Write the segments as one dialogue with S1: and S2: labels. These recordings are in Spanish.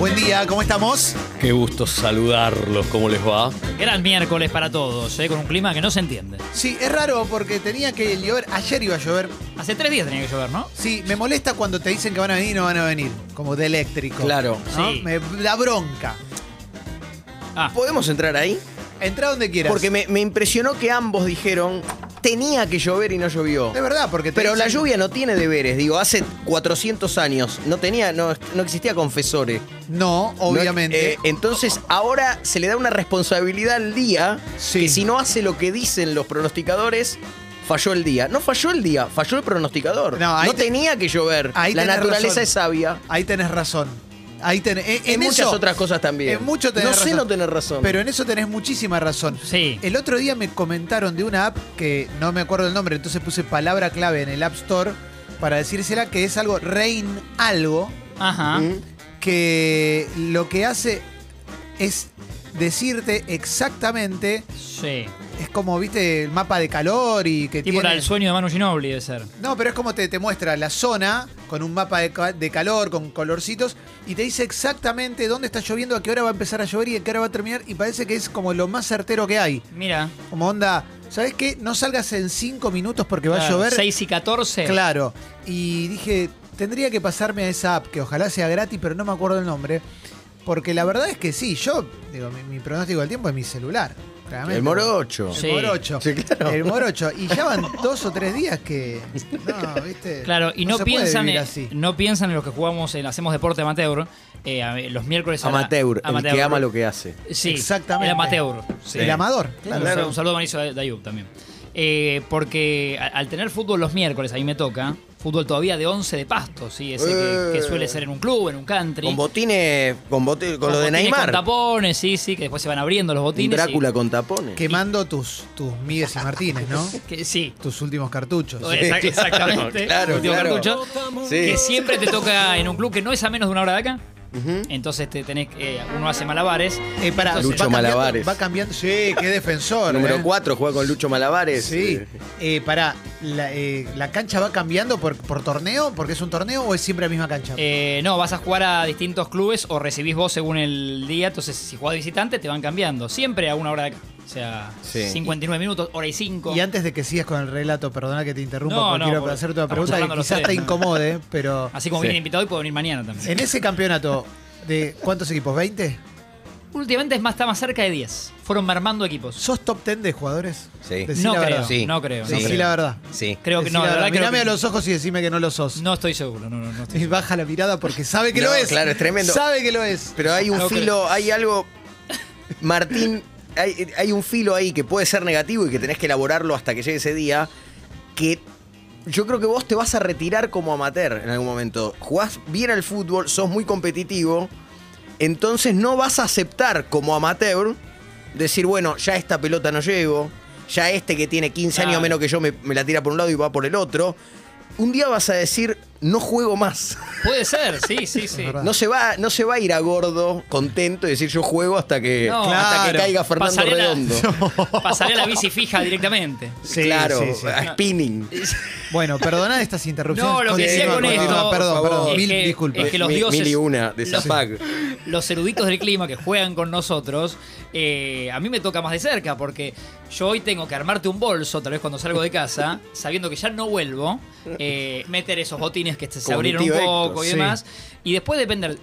S1: Hola, ¿cómo estamos?
S2: Qué gusto saludarlos, ¿cómo les va?
S3: Gran miércoles para todos, ¿eh? con un clima que no se entiende.
S1: Sí, es raro porque tenía que llover. Ayer iba a llover.
S3: Hace tres días tenía que llover, ¿no?
S1: Sí, me molesta cuando te dicen que van a venir y no van a venir. Como de eléctrico.
S4: Claro.
S1: ¿no?
S3: Sí.
S1: Me da bronca.
S3: Ah,
S4: ¿Podemos entrar ahí?
S1: Entra donde quieras.
S4: Porque me, me impresionó que ambos dijeron tenía que llover y no llovió.
S1: De verdad, porque te
S4: Pero la
S1: dicen-
S4: lluvia no tiene deberes, digo, hace 400 años no tenía, no, no existía confesores.
S1: No,
S4: No-
S1: obviamente.
S4: eh, entonces ahora se le da una responsabilidad al día
S1: Sí.
S4: que si no hace lo que dicen los pronosticadores, falló el día. No falló el día, falló el pronosticador.
S1: No,
S4: No,
S1: ahí te-
S4: tenía que llover.
S1: ahí
S4: la
S1: tenés
S4: naturaleza
S1: razón.
S4: es sabia.
S1: Ahí tenés razón. Ahí tenés. En,
S4: En,
S1: en
S4: muchas
S1: eso-
S4: otras cosas también.
S1: En mucho tenés
S4: no sé
S1: razón.
S4: no tener razón.
S1: Pero en eso tenés muchísima razón.
S3: sí.
S1: El otro día me comentaron de una app que no me acuerdo el nombre, entonces puse palabra clave en el App Store para decírsela que es algo Rain algo.
S3: Ajá.
S4: ¿Mm?
S1: que lo que hace es decirte exactamente,
S3: Sí.
S1: es como, viste, el mapa de calor y que
S3: Tipo
S1: tiene...
S3: la del sueño de Manu Ginobili debe ser.
S1: No, pero es como te, te muestra la zona con un mapa de, ca- de calor, con colorcitos, y te dice exactamente dónde está lloviendo, a qué hora va a empezar a llover y a qué hora va a terminar, y parece que es como lo más certero que hay.
S3: Mira.
S1: Como onda, ¿sabes qué? No salgas en cinco minutos porque va a llover.
S3: 6 y 14.
S1: Claro. Y dije, tendría que pasarme a esa app, que ojalá sea gratis, pero no me acuerdo el nombre. Porque la verdad es que sí, yo, digo, mi, mi pronóstico del tiempo es mi celular. claramente.
S4: El morocho.
S1: El
S3: Sí.
S1: morocho.
S4: Sí, claro.
S1: El morocho. Y ya van dos o tres días que. No, viste.
S3: Claro, y no,
S1: se puede
S3: piensan
S1: vivir
S3: en,
S1: así.
S3: no piensan en los que jugamos, en, hacemos deporte amateur, eh, a- los miércoles a la-
S4: Amateur,
S3: amateur.
S4: el que ama lo que hace.
S3: Sí,
S1: Exactamente.
S3: el amateur. Sí.
S1: El amador.
S3: Claro,
S1: claro.
S3: Un saludo a Mariso Dayub también. Eh, porque a- al tener fútbol los miércoles, ahí me toca, fútbol todavía de 11 de pasto, ¿sí? ese que- que,
S4: Eh.
S3: suele ser en un club, en un country.
S4: Con botines, con, bote- con, lo de
S3: botines
S4: Neymar.
S3: Con tapones, sí, sí, que después se van abriendo los
S4: Un
S3: botines.
S4: Drácula con tapones.
S1: Quemando tus, tus Migues y Martínez, ¿no?
S3: y- que- sí.
S1: Tus últimos cartuchos.
S3: Exact- exactamente.
S4: claro,
S3: Último
S4: claro.
S3: cartucho.
S4: Sí.
S3: Que siempre te toca en un club que no es a menos de una hora de acá.
S4: Ujú.
S3: Entonces te tenés, que- eh, uno hace malabares.
S1: Eh, pará, va
S3: Entonces,
S4: Lucho
S1: cambiando-
S4: Malabares.
S1: Va cambiando. Sí, qué defensor.
S4: Número
S1: eh.
S4: 4 juega con Lucho Malabares.
S1: Sí,
S4: Eh,
S1: eh, pará, la, eh, ¿la cancha va cambiando por, por torneo? ¿Porque es un torneo o es siempre la misma cancha?
S3: Eh, no, vas a jugar a distintos clubes o recibís vos según el día. Entonces, si jugás de visitante, te van cambiando. Siempre a una hora de acá. O sea,
S4: Sí.
S3: 59 minutos, hora y 5.
S1: y antes de que sigas con el relato, perdona que te interrumpa,
S3: No,
S1: porque
S3: no,
S1: quiero
S3: por-
S1: hacerte una
S3: estamos
S1: pregunta que
S3: charlando
S1: quizás
S3: los
S1: te
S3: tres.
S1: incomode, pero
S3: Así como
S4: Sí.
S3: viene invitado y puedo venir mañana también.
S1: en ese campeonato, ¿de cuántos equipos? ¿20?
S3: Últimamente es más, está más cerca de 10. Fueron mermando equipos.
S1: ¿Sos top 10 de jugadores?
S4: Sí.
S1: Decí
S3: No
S1: la
S3: creo,
S1: verdad.
S4: Sí.
S3: no creo. no
S1: Decí
S3: creo.
S1: la verdad.
S4: Sí.
S3: Creo que
S1: Decí
S3: no,
S1: la
S3: la verdad
S1: verdad. Mirame
S3: creo que-
S1: a los ojos y decime que no lo sos.
S3: No estoy seguro, no, no, no estoy
S1: Y baja la mirada porque sabe que
S4: No,
S1: lo es.
S4: claro, es tremendo.
S1: Sabe que lo es.
S4: Pero hay un
S3: No creo.
S4: filo, hay algo. Martín, hay, hay un filo ahí que puede ser negativo y que tenés que elaborarlo hasta que llegue ese día. Que yo creo que vos te vas a retirar como amateur en algún momento. Jugás bien al fútbol, sos muy competitivo. Entonces no vas a aceptar como amateur decir, bueno, ya esta pelota no llego, ya este que tiene 15 años
S3: Claro.
S4: menos que yo me, me la tira por un lado y va por el otro. Un día vas a decir, no juego más.
S3: Puede ser, sí, sí, sí.
S1: verdad.
S4: No se, va, no se va a ir a gordo, contento y decir yo juego hasta que,
S3: No,
S4: hasta que
S3: claro.
S4: caiga Fernando
S3: Pasaré la-
S4: Redondo.
S3: Pasaré a la bici fija directamente.
S1: Sí,
S4: claro,
S1: sí, sí.
S4: a spinning.
S1: Bueno, perdonad estas interrupciones.
S3: No, lo que
S1: Continúa,
S3: sea con
S1: continúa,
S3: esto-
S1: Perdón, perdón.
S3: Es
S1: Mil
S3: que-
S1: disculpas.
S3: es que los
S4: Mi-
S3: dioses-
S4: Mil y una de
S3: los-
S4: Zapac.
S3: los eruditos del clima que juegan con nosotros, eh, a mí me toca más de cerca, porque yo hoy tengo que armarte un bolso, tal vez cuando salgo de casa, sabiendo que ya no vuelvo, eh, meter esos botines que se
S4: Como mi
S3: abrieron un
S4: tío
S3: poco
S4: Héctor,
S3: y
S1: sí.
S3: demás. Y después depender,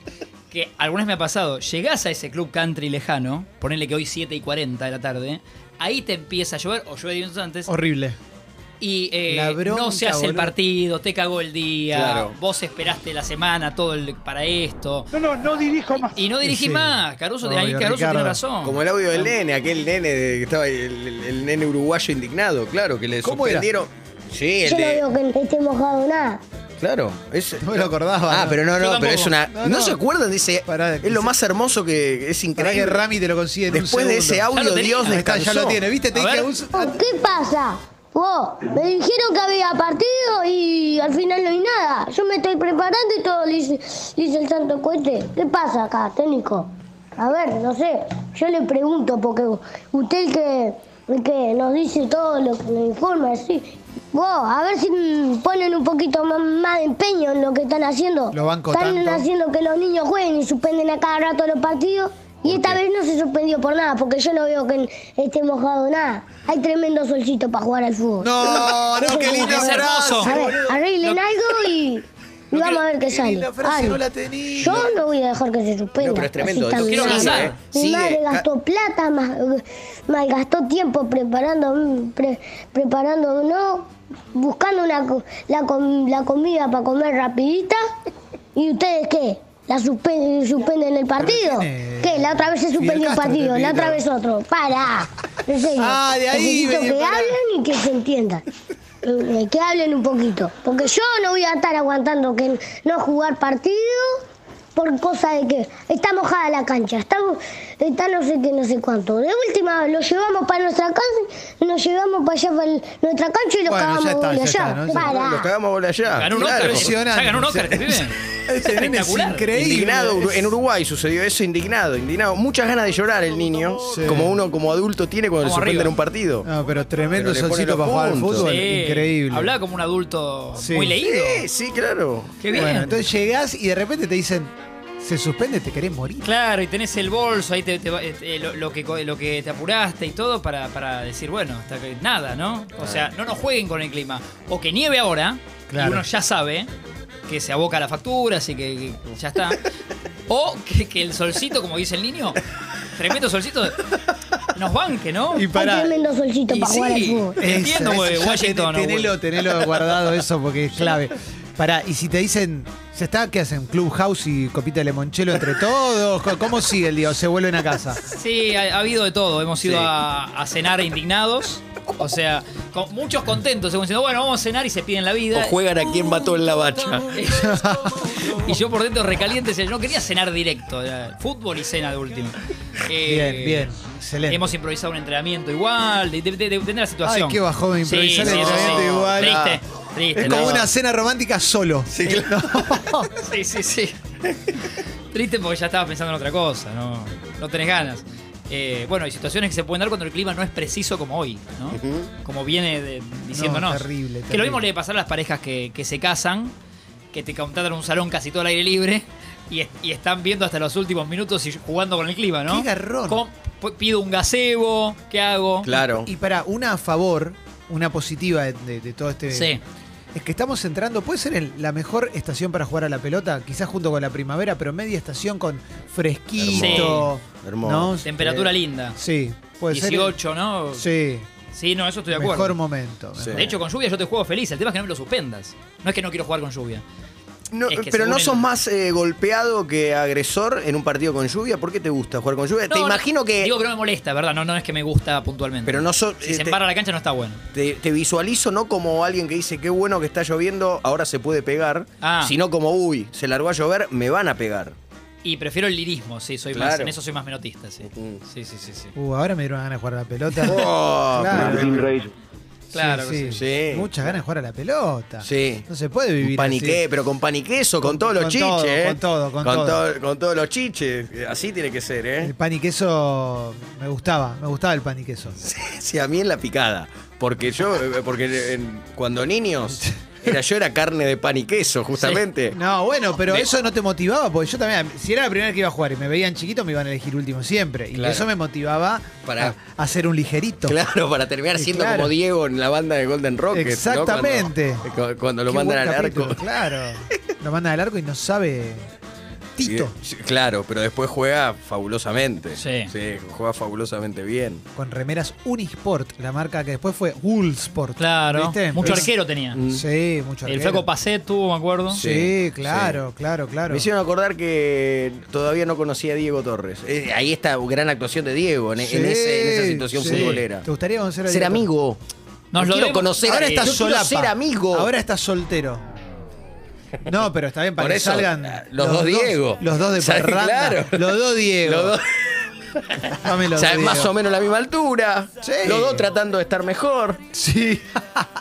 S3: que algunas me ha pasado, llegás a ese club country lejano, ponele que hoy 7 y 40 de la tarde, ahí te empieza a llover, o llueve minutos antes,
S1: Horrible.
S3: y eh,
S1: La bronca,
S3: no se hace el
S1: boludo.
S3: partido, te cagó el día,
S4: Claro.
S3: vos esperaste la semana todo el, para esto.
S5: No, no, no dirijo más.
S3: Y no dirigí
S1: Sí.
S3: más, Caruso, ahí
S1: Obvio,
S3: Caruso
S1: Ricardo.
S3: tiene razón.
S4: Como el audio del nene, aquel nene de- que estaba el, el- el nene uruguayo indignado, claro, que le
S1: ¿Cómo era?
S4: sorprendieron. Sí, el
S6: Yo no
S4: de-
S6: veo que, que esté mojado nada.
S4: Claro, es.
S1: No me lo acordaba.
S4: Ah, pero no,
S3: Yo
S4: no, pero
S3: tampoco.
S4: es una.
S1: No,
S4: No,
S1: no.
S4: se acuerdan, dice.
S1: Pará,
S4: es lo más hermoso que
S1: Para
S4: es
S1: que
S4: increíble.
S1: Rami te lo consigue en un
S4: Después de ese
S1: segundo.
S3: Ya
S4: audio,
S3: lo tenía,
S4: Dios
S1: Ahí está,
S4: descansó.
S1: ya lo tiene, ¿viste? Te
S3: A
S1: dije
S3: ver.
S1: un-
S6: Ah, ¿Qué pasa? Vos, me dijeron que había partido y al final no hay nada. Yo me estoy preparando y todo le hice, le hice el santo cohete. ¿Qué pasa acá, técnico? A ver, no sé, yo le pregunto porque usted el que, el que nos dice todo lo que nos informa, sí. Vos, a ver si mm, ponen un poquito más, más de empeño en lo que están haciendo.
S1: Lo banco
S6: están
S1: tanto.
S6: haciendo que los niños jueguen y suspenden a cada rato los partidos. Y esta vez no se suspendió por nada, porque yo no veo que esté mojado nada. Hay tremendo solcito para jugar al fútbol.
S1: No, no, qué linda
S3: Es hermoso.
S1: frase.
S6: A ver, arreglen algo y, y vamos a ver qué
S1: Qué
S6: sale.
S1: linda frase,
S6: Algo.
S1: no la tenía.
S6: Yo no voy a dejar que se suspenda.
S4: No, pero es tremendo.
S6: así
S4: Lo
S6: tan
S3: quiero
S6: sano.
S3: abrazar, ¿eh?
S6: Mi
S4: Sigue,
S6: madre
S4: ca-
S6: gastó plata, mal, gastó tiempo preparando, mm, pre- preparando, ¿no? Buscando una, co- la, com- la comida para comer rapidita. ¿Y ustedes qué? ¿La suspenden, suspenden el partido?
S1: tiene-
S6: ¿Qué? La otra vez se suspendió el
S1: Castro
S6: partido,
S1: te
S6: la otra vez
S1: invita.
S6: otro. ¡Para! En serio.
S1: Ah, de ahí
S6: Necesito
S1: venía
S6: Eh, que
S1: para-
S6: hablen y que se entiendan. Eh, Que hablen un poquito. Porque yo no voy a estar aguantando que no jugar partido por cosa de que está mojada la cancha, está, está no sé qué, no sé cuánto. De última lo llevamos para nuestra cancha, y nos llevamos para allá para el- nuestra cancha y lo
S1: Bueno, ya
S6: cagamos
S1: está,
S6: gol
S1: ya está,
S6: allá.
S1: ¿no? Ya-
S6: Pará.
S4: Los cagamos bola allá.
S3: Ganó un
S4: Claro.
S3: Oscar.
S1: Impresionante.
S3: Ya ganó un Oscar, este pibe.
S1: Este nene es
S3: Espectacular.
S1: increíble.
S4: Indignado, Ur- en Uruguay sucedió eso, indignado, indignado. Muchas ganas de llorar el niño,
S1: Sí.
S4: como uno como adulto tiene cuando le
S3: Vamos
S4: sorprenden
S3: arriba.
S4: un partido.
S1: No, pero tremendo
S4: Pero le pone
S1: solcito
S4: los
S1: para jugar al
S4: puntos.
S1: fútbol.
S3: Sí.
S1: Increíble.
S3: Hablaba como un adulto
S1: Sí.
S3: muy leído.
S4: Sí, sí, claro.
S3: Qué bien.
S1: Bueno, entonces llegás y de repente te dicen, se suspende, te querés morir.
S3: Claro, y tenés el bolso, ahí te, te va- eh, eh, lo, lo que, co- lo que te apuraste y todo para, para decir, bueno, hasta que nada, ¿no? O sea, no nos jueguen con el clima. O que nieve ahora,
S1: Claro.
S3: y uno ya sabe que se aboca la factura, así que, que ya está. o que, que el solcito, como dice el niño, tremendo solcito, nos banque, ¿no?
S1: Y
S6: Hay
S1: pará.
S6: tremendo solcito
S3: Y
S6: para jugar al
S3: sí.
S6: fútbol.
S1: Eso,
S3: Entiendo,
S1: eso,
S3: güey,
S1: ya
S3: Washington,
S1: tené-
S3: no,
S1: Tenelo, tenelo guardado eso porque es clave. Pará, y si te dicen, ¿se está? ¿Qué hacen? ¿Clubhouse y copita de limonchelo entre todos? ¿Cómo- ¿Cómo sigue el día? ¿O se vuelven a casa?
S3: Sí, ha, ha habido de todo. Hemos ido
S4: Sí.
S3: a, a cenar indignados. O sea, con- muchos contentos. Hemos dicho, bueno, vamos a cenar y se piden la
S2: O
S3: vida.
S2: juegan a quien mató en la bacha.
S3: y yo por dentro recaliente, decía, yo no quería cenar directo, era fútbol y cena de último. Eh,
S1: Bien, bien, excelente.
S3: Hemos improvisado un entrenamiento igual, de- de- de- depende de la situación.
S1: Ay, qué bajón, improvisar el Ah.
S4: entrenamiento igual.
S3: Triste, triste.
S1: Es como
S3: ¿no?
S1: una cena romántica solo.
S4: Sí, claro.
S3: Sí, sí, sí. Triste porque ya estaba pensando en otra cosa, no, no tenés ganas. Eh, bueno, hay situaciones que se pueden dar cuando el clima no es preciso como hoy, ¿no? Como viene de- diciéndonos.
S1: No, terrible,
S3: Que lo
S1: terrible.
S3: mismo le pasa a las parejas que, que se casan, que te contratan un salón casi todo al aire libre y, es- y están viendo hasta los últimos minutos y jugando con el clima, ¿no?
S1: Qué garrón.
S3: ¿Cómo- p- pido un gazebo, ¿qué hago?
S4: Claro.
S1: Y para una a favor, una positiva de, de- de todo este.
S3: Sí.
S1: Es que estamos entrando, puede ser el- la mejor estación para jugar a la pelota, quizás junto con la primavera, pero media estación con fresquito.
S4: Sí. Hermoso.
S1: ¿no?
S3: Temperatura linda.
S1: Sí, puede ser. eh.
S3: 18, ¿no?
S1: Sí,
S3: Sí, no, eso estoy de acuerdo.
S1: mejor momento.
S4: Sí.
S1: mejor.
S3: De hecho, con lluvia yo te juego feliz. El tema es que no me lo suspendas. No es que no quiero jugar con lluvia.
S4: No,
S3: Es que
S4: pero no
S3: según
S4: sos
S3: el-
S4: más eh, golpeado que agresor en un partido con lluvia. ¿Por qué te gusta jugar con lluvia? te
S3: No,
S4: imagino
S3: no,
S4: que.
S3: Digo que no me molesta, ¿verdad? No, no es que me gusta puntualmente.
S4: Pero no so-
S3: Si
S4: eh,
S3: se
S4: te-
S3: embarra la cancha no está bueno.
S4: Te, te visualizo no como alguien que dice qué bueno que está lloviendo, ahora se puede pegar,
S3: Ah.
S4: sino como uy, se largó a llover, me van a pegar.
S3: Y prefiero el lirismo, sí, soy más.
S4: Claro.
S3: En eso soy más menotista, sí.
S4: Ujú.
S3: Sí, sí, sí, sí.
S1: Uh, ahora me dieron ganas de jugar a la pelota.
S4: Oh,
S1: Claro.
S3: Claro que sí.
S4: Sí.
S1: Muchas ganas de jugar a la pelota.
S4: Sí.
S1: No se puede vivir.
S4: Paniqué,
S1: así.
S4: pero con paniqueso, con,
S1: Con-
S4: todos los
S1: con
S4: chiches.
S1: todo,
S4: ¿eh?
S1: con todo, con todo.
S4: todo- con todos los chiches. Así tiene que ser,
S1: El
S4: ¿eh?
S1: pan y queso me gustaba, me gustaba el pan y queso.
S4: Sí, a mí en la picada. Porque yo, eh, porque en- cuando niños, era, yo era carne de pan y queso, justamente.
S1: No, bueno, pero eso no te motivaba, porque yo también, si era la primera vez que iba a jugar y me veían chiquito, me iban a elegir último siempre. Y
S4: Claro.
S1: eso me motivaba
S4: Para-
S1: a, a ser un ligerito.
S4: Claro, para terminar
S1: Sí,
S4: siendo
S1: claro.
S4: como Diego en la banda de Golden Rockets. ¿no?
S1: Exactamente.
S4: Cuando, cu- cuando lo
S1: Qué
S4: mandan
S1: buen
S4: al
S1: capítulo,
S4: arco.
S1: Claro. Lo mandan al arco y no sabe Tito.
S4: Sí, Claro, pero después juega fabulosamente.
S3: Sí.
S4: juega fabulosamente bien.
S1: Con remeras Unisport, la marca que después fue Woolsport.
S3: Claro.
S1: ¿viste?
S3: Mucho
S1: Pero-
S3: arquero tenía.
S1: Sí, mucho arquero.
S3: El flaco Pacet tuvo, me acuerdo.
S1: Sí,
S4: Sí,
S1: claro, claro, claro.
S4: Me hicieron acordar que todavía no conocía a Diego Torres. Eh, ahí está gran actuación de Diego en, en
S1: Sí,
S4: ese- en esa situación
S1: sí.
S4: futbolera.
S1: ¿Te gustaría conocer a
S4: Ser
S1: Diego?
S4: amigo.
S3: Nos lo
S4: quiero
S3: debemos-
S4: conocer.
S1: Ahora
S4: a
S1: está
S4: Diego. Yo quiero
S1: solapa.
S4: ser amigo.
S1: Ahora está soltero. No, pero está bien para
S4: Por
S1: que
S4: eso,
S1: salgan
S4: eh, los dos Diego.
S1: Los dos de
S4: ¿Sabes?
S1: parranda.
S4: Claro.
S1: Los dos Diego.
S4: Los dos,
S1: Dame los
S4: o sea,
S1: dos
S4: más
S1: Diego.
S4: o menos la misma altura.
S1: Sí.
S4: Los dos tratando de estar mejor.
S1: Sí.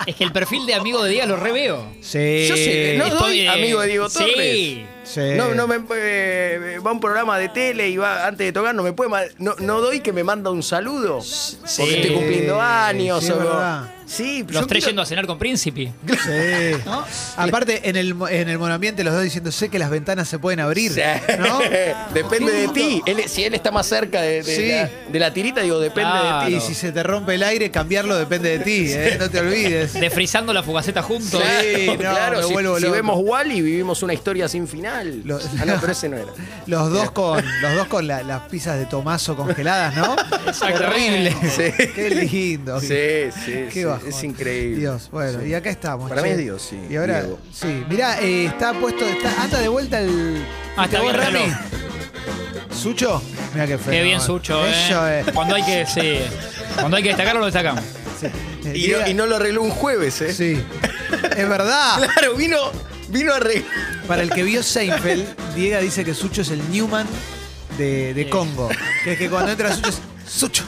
S3: Es que el perfil de amigo de Diego lo reveo. Eh,
S1: sí.
S4: Yo sé, No,
S3: Estoy,
S4: doy amigo de Diego
S3: Sí.
S4: Torres.
S1: Sí.
S4: No, no me, eh, va a un programa de tele y va antes de tocar, no me puede. ma- No, no doy que me manda un saludo. Porque estoy cumpliendo años.
S1: Sí,
S4: o-
S1: es verdad.
S4: sí
S3: Los
S4: yo
S3: tres
S4: quiero-
S3: yendo a cenar con Príncipe.
S1: Sí.
S3: ¿No?
S1: Aparte, en el, mo- en el monoambiente, los dos diciendo, sé que las ventanas se pueden abrir.
S4: Sí.
S1: ¿no?
S4: Depende de ti. Él- si él está más cerca de, de
S1: Sí.
S4: la, de la tirita, digo, depende
S3: Claro.
S4: de
S1: Y
S4: ti.
S1: si se te rompe el aire, cambiarlo depende de ti, ¿eh? no te olvides.
S3: Desfrizando la fugaceta juntos.
S1: Sí, no, me
S4: claro, si,
S1: vuelvo
S4: si
S1: loco.
S4: vemos Wally vivimos una historia sin final.
S1: Lo-
S4: Ah, no, pero ese no era.
S1: Los dos con, los dos con la- las pizzas de Tomaso congeladas, ¿no?
S3: Terrible.
S4: Sí.
S1: Qué lindo.
S4: Sí, sí,
S1: Qué
S4: sí,
S1: bajón.
S4: es increíble.
S1: Dios, bueno,
S4: Sí.
S1: y acá estamos.
S4: Para mí
S1: che.
S4: es Dios, sí,
S1: Y ahora,
S4: Diego.
S1: sí, mirá, eh, está puesto, está, anda de vuelta el.
S3: Ah, está
S1: ¿te
S3: bien
S1: vos,
S3: el
S1: Rami?
S3: reloj.
S1: ¿Sucho? Mirá qué feo.
S3: Qué bien Sucho, ¿eh?
S1: Eso es.
S3: Cuando hay que, sí. Cuando hay que destacarlo, lo destacamos.
S1: Sí. Eh,
S4: Y, no,
S1: Diego-
S4: y no lo arregló un jueves, ¿eh?
S1: Sí. Es verdad.
S4: Claro, vino, vino a arreglar.
S1: Para el que vio Seinfeld, Diego dice que Sucho es el Newman de, de
S3: Sí.
S1: Congo. Que es que cuando entra Sucho es Sucho.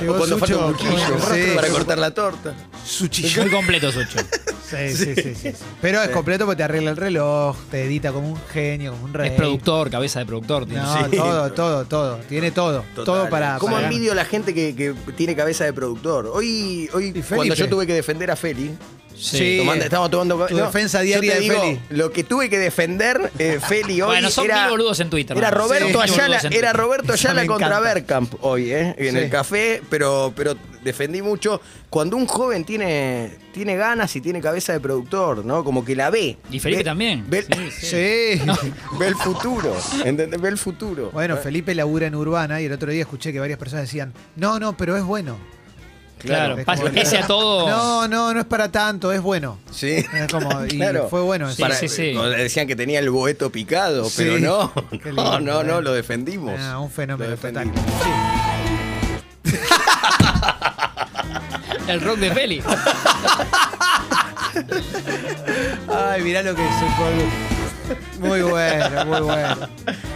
S1: Llegó
S4: O cuando falta un
S1: con-
S4: cuchillo
S1: sí,
S4: para
S1: su-
S4: cortar la torta.
S1: Suchillo.
S3: Muy completo, Sucho.
S1: Sí, sí, sí, sí, sí. Pero es completo porque te arregla el reloj, te edita como un genio, como un rey.
S3: Es productor, cabeza de productor. tiene.
S1: No,
S4: Sí.
S1: todo, todo, todo. Tiene todo.
S4: Total.
S1: Todo para.
S4: ¿Cómo
S1: para-
S4: envidio a la gente que, que tiene cabeza de productor? Hoy, hoy
S1: Felipe.
S4: cuando yo tuve que defender a Feli,
S1: Sí.
S4: tomando- estábamos tomando
S1: Tu defensa
S4: yo
S1: diaria
S4: te
S1: de
S4: digo,
S1: Feli.
S4: Lo que tuve que defender, eh, Feli, hoy.
S3: Bueno, son
S4: era,
S3: mil boludos en Twitter,
S4: Era
S3: ¿no?
S1: Sí.
S4: Roberto
S1: Mil
S4: Ayala,
S3: boludos en
S4: era
S3: Twitter.
S4: Roberto
S1: Eso
S4: Ayala
S1: me
S4: contra
S1: encanta.
S4: Bergkamp hoy, ¿eh? En
S1: Sí.
S4: el café, pero, pero defendí mucho. Cuando un joven tiene, tiene ganas y tiene cabeza de productor, ¿no? Como que la ve.
S3: Y Felipe
S4: Ve-
S3: también.
S4: Ve,
S3: Sí,
S1: Sí.
S4: ve el futuro. ¿entendés? Ve el futuro.
S1: Bueno, Felipe labura en Urbana y el otro día escuché que varias personas decían: No, no, pero es bueno.
S3: Claro,
S1: Es
S3: pase-
S1: como-
S3: pese a todo.
S1: No, no, no es para tanto, es bueno.
S4: Sí.
S1: Es como, y
S4: Claro.
S1: fue bueno. eso.
S3: Sí,
S4: Para-
S3: sí, sí.
S4: nos Decían que tenía el boeto picado,
S1: Sí.
S4: pero no.
S1: Qué lindo,
S4: No, no, no,
S1: eh.
S4: lo defendimos.
S1: Ah, un
S4: Lo
S1: fenómeno total.
S4: defendimos.
S3: El rock de Feli.
S1: Ay, mirá lo que se fue. Muy bueno, muy bueno.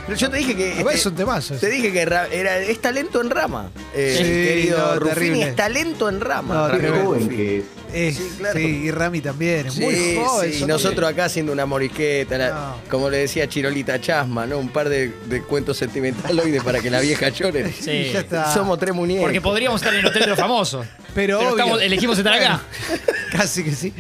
S4: Pero yo te dije que. este,
S1: Igual es un temazo.
S4: Te dije que ra- era, es talento en rama. Eh,
S1: Sí,
S4: querido
S1: no,
S4: Ruffini
S1: terrible.
S4: es talento en rama.
S1: No,
S4: Rami
S1: tremendo.
S4: Ruffini.
S1: Eh,
S4: Sí,
S1: sí,
S4: claro.
S1: y Rami también, es
S4: Sí,
S1: muy joven.
S4: sí, y
S1: son-
S4: nosotros acá haciendo una morisqueta, la-
S1: No.
S4: como le decía Chirolita Chasma, ¿no? Un par de, de cuentos sentimentaloides para que la vieja llore.
S1: Sí, ya está.
S4: Somos tres muñecos.
S3: Porque podríamos estar en el hotel de los famosos.
S1: Pero, obvio.
S3: estamos- elegimos estar acá.
S1: Casi que sí.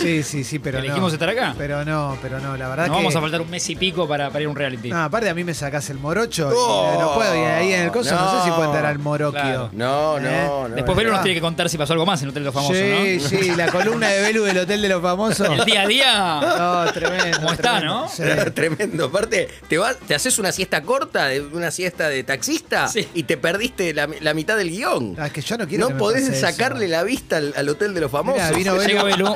S1: Sí, sí, sí, pero
S3: Elegimos
S1: no.
S3: estar acá.
S1: Pero no, pero no, la verdad
S3: Nos
S1: que.
S3: vamos a faltar un mes y pico para, para ir a un reality.
S1: No, aparte a mí me sacás el morocho. y,
S4: Oh,
S1: eh, no puedo. Y ahí en el coso no, sé si
S4: no.
S1: puedo entrar al moroquio.
S3: Claro.
S4: No, no,
S1: ¿Eh?
S4: no.
S3: Después
S4: no.
S3: Velu nos tiene que contar si pasó algo más en el hotel de los famosos,
S1: sí,
S3: ¿no?
S1: sí, la columna de Belu del Hotel de los Famosos.
S3: El día a día.
S1: No, tremendo.
S3: ¿Cómo está,
S1: tremendo.
S3: no?
S1: Sí.
S4: Tremendo. Aparte, te, vas- te haces una siesta corta, de- una siesta de taxista,
S3: Sí.
S4: y te perdiste la, la mitad del guión.
S1: Ah, es que yo no quiero que
S4: No
S1: me
S4: podés
S1: pase
S4: sacarle
S1: eso.
S4: la vista al, al hotel de los famosos.
S1: Mirá, vino Belu.
S3: Llega Belu.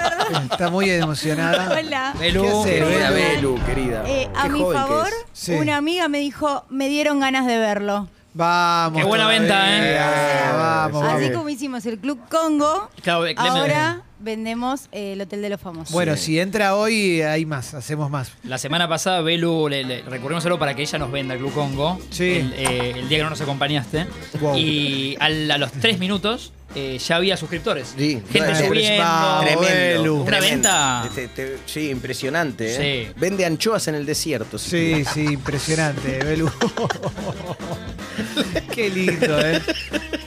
S1: Está muy emocionada.
S5: Hola.
S3: Belu.
S1: ¿Qué haces,
S4: Querida
S1: Belu?
S4: Belu, querida.
S5: Eh, a
S4: Qué
S5: mi
S4: joven que
S5: favor,
S4: es.
S1: Sí.
S5: una amiga me dijo, me dieron ganas de verlo.
S1: Vamos.
S3: ¿eh? Qué buena venta, ¿eh?
S1: todavía, Vamos,
S5: Así
S1: vamos.
S5: como hicimos el Club Congo,
S3: Claro, Clemen-
S5: ahora vendemos eh, el Hotel de los Famosos.
S1: Bueno, si entra hoy, hay más, hacemos más.
S3: La semana pasada, Belu, le, le- recurrimos a algo para que ella nos venda el glucongo.
S1: Sí.
S3: El, eh, el día que no nos acompañaste.
S1: Wow.
S3: Y al- a los tres minutos eh, ya había suscriptores.
S4: Sí,
S3: Gente
S4: bueno.
S3: subiendo.
S1: Vamos, Belu.
S4: Tremendo.
S3: Una
S4: tremendo.
S3: venta.
S4: Este, te- sí, impresionante. ¿eh?
S3: Sí.
S4: Vende anchoas en el desierto.
S1: Sí,
S4: si
S1: sí, impresionante, Belu. Qué lindo, ¿eh?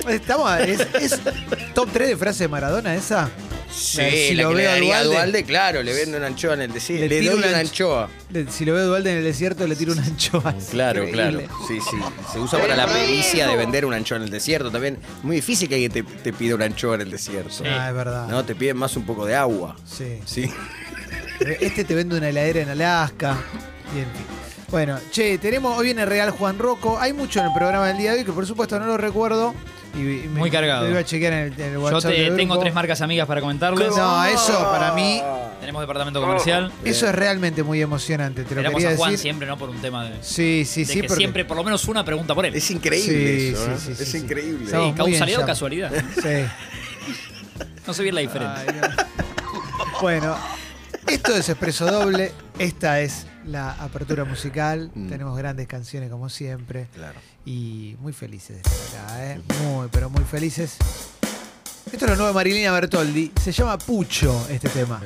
S1: Estamos, es, es top 3 de frase de Maradona esa.
S4: Sí,
S1: si
S4: la
S1: lo
S4: que le
S1: veo a
S4: daría a
S1: Dualde,
S4: Dualde, claro, le vendo una anchoa en el desierto.
S1: Le
S4: Le,
S1: tiro
S4: doy
S1: una
S4: una
S1: anch-
S4: anchoa.
S1: le- si lo veo a Dualde en el desierto, le tiro una anchoa. Es
S4: Claro,
S1: increíble.
S4: claro. Sí, sí. Se usa para la pericia de vender una anchoa en el desierto. También muy difícil que alguien te, te pida una anchoa en el desierto.
S1: Ah, es verdad.
S4: No, te piden más un poco de agua.
S1: Sí.
S4: Sí.
S1: Este te vende una heladera en Alaska. Y en fin. Bueno, che, tenemos, hoy viene Real Juan Rocco. Hay mucho en el programa del día de hoy que por supuesto no lo recuerdo. Y, y me-
S3: Muy cargado.
S1: Lo iba a chequear en el, en el
S3: Yo
S1: WhatsApp.
S3: te,
S1: del
S3: tengo
S1: grupo.
S3: tres marcas amigas para comentarles.
S1: No, eso para mí,
S3: Tenemos departamento comercial.
S1: eso es realmente muy emocionante. Te lo
S3: Esperamos
S1: quería
S3: a Juan
S1: decir.
S3: siempre, ¿no? Por un tema de,
S1: Sí, sí,
S3: de
S1: sí.
S3: que
S1: porque-
S3: siempre por lo menos una pregunta por él.
S4: Es increíble
S1: Sí,
S4: eso. ¿eh?
S1: sí, sí,
S4: es
S1: sí, sí.
S4: increíble.
S1: Estamos muy en
S3: causalidad o
S1: llama.
S3: casualidad.
S1: Sí.
S3: No sé bien la diferencia.
S1: Ay, no. bueno, esto es Expreso Doble. Esta es la apertura musical. Tenemos grandes canciones como siempre.
S4: Claro.
S1: Y muy felices de estar acá, ¿eh? Muy, pero muy felices. Esto es lo nuevo de Marilina Bertoldi. Se llama Pucho este tema.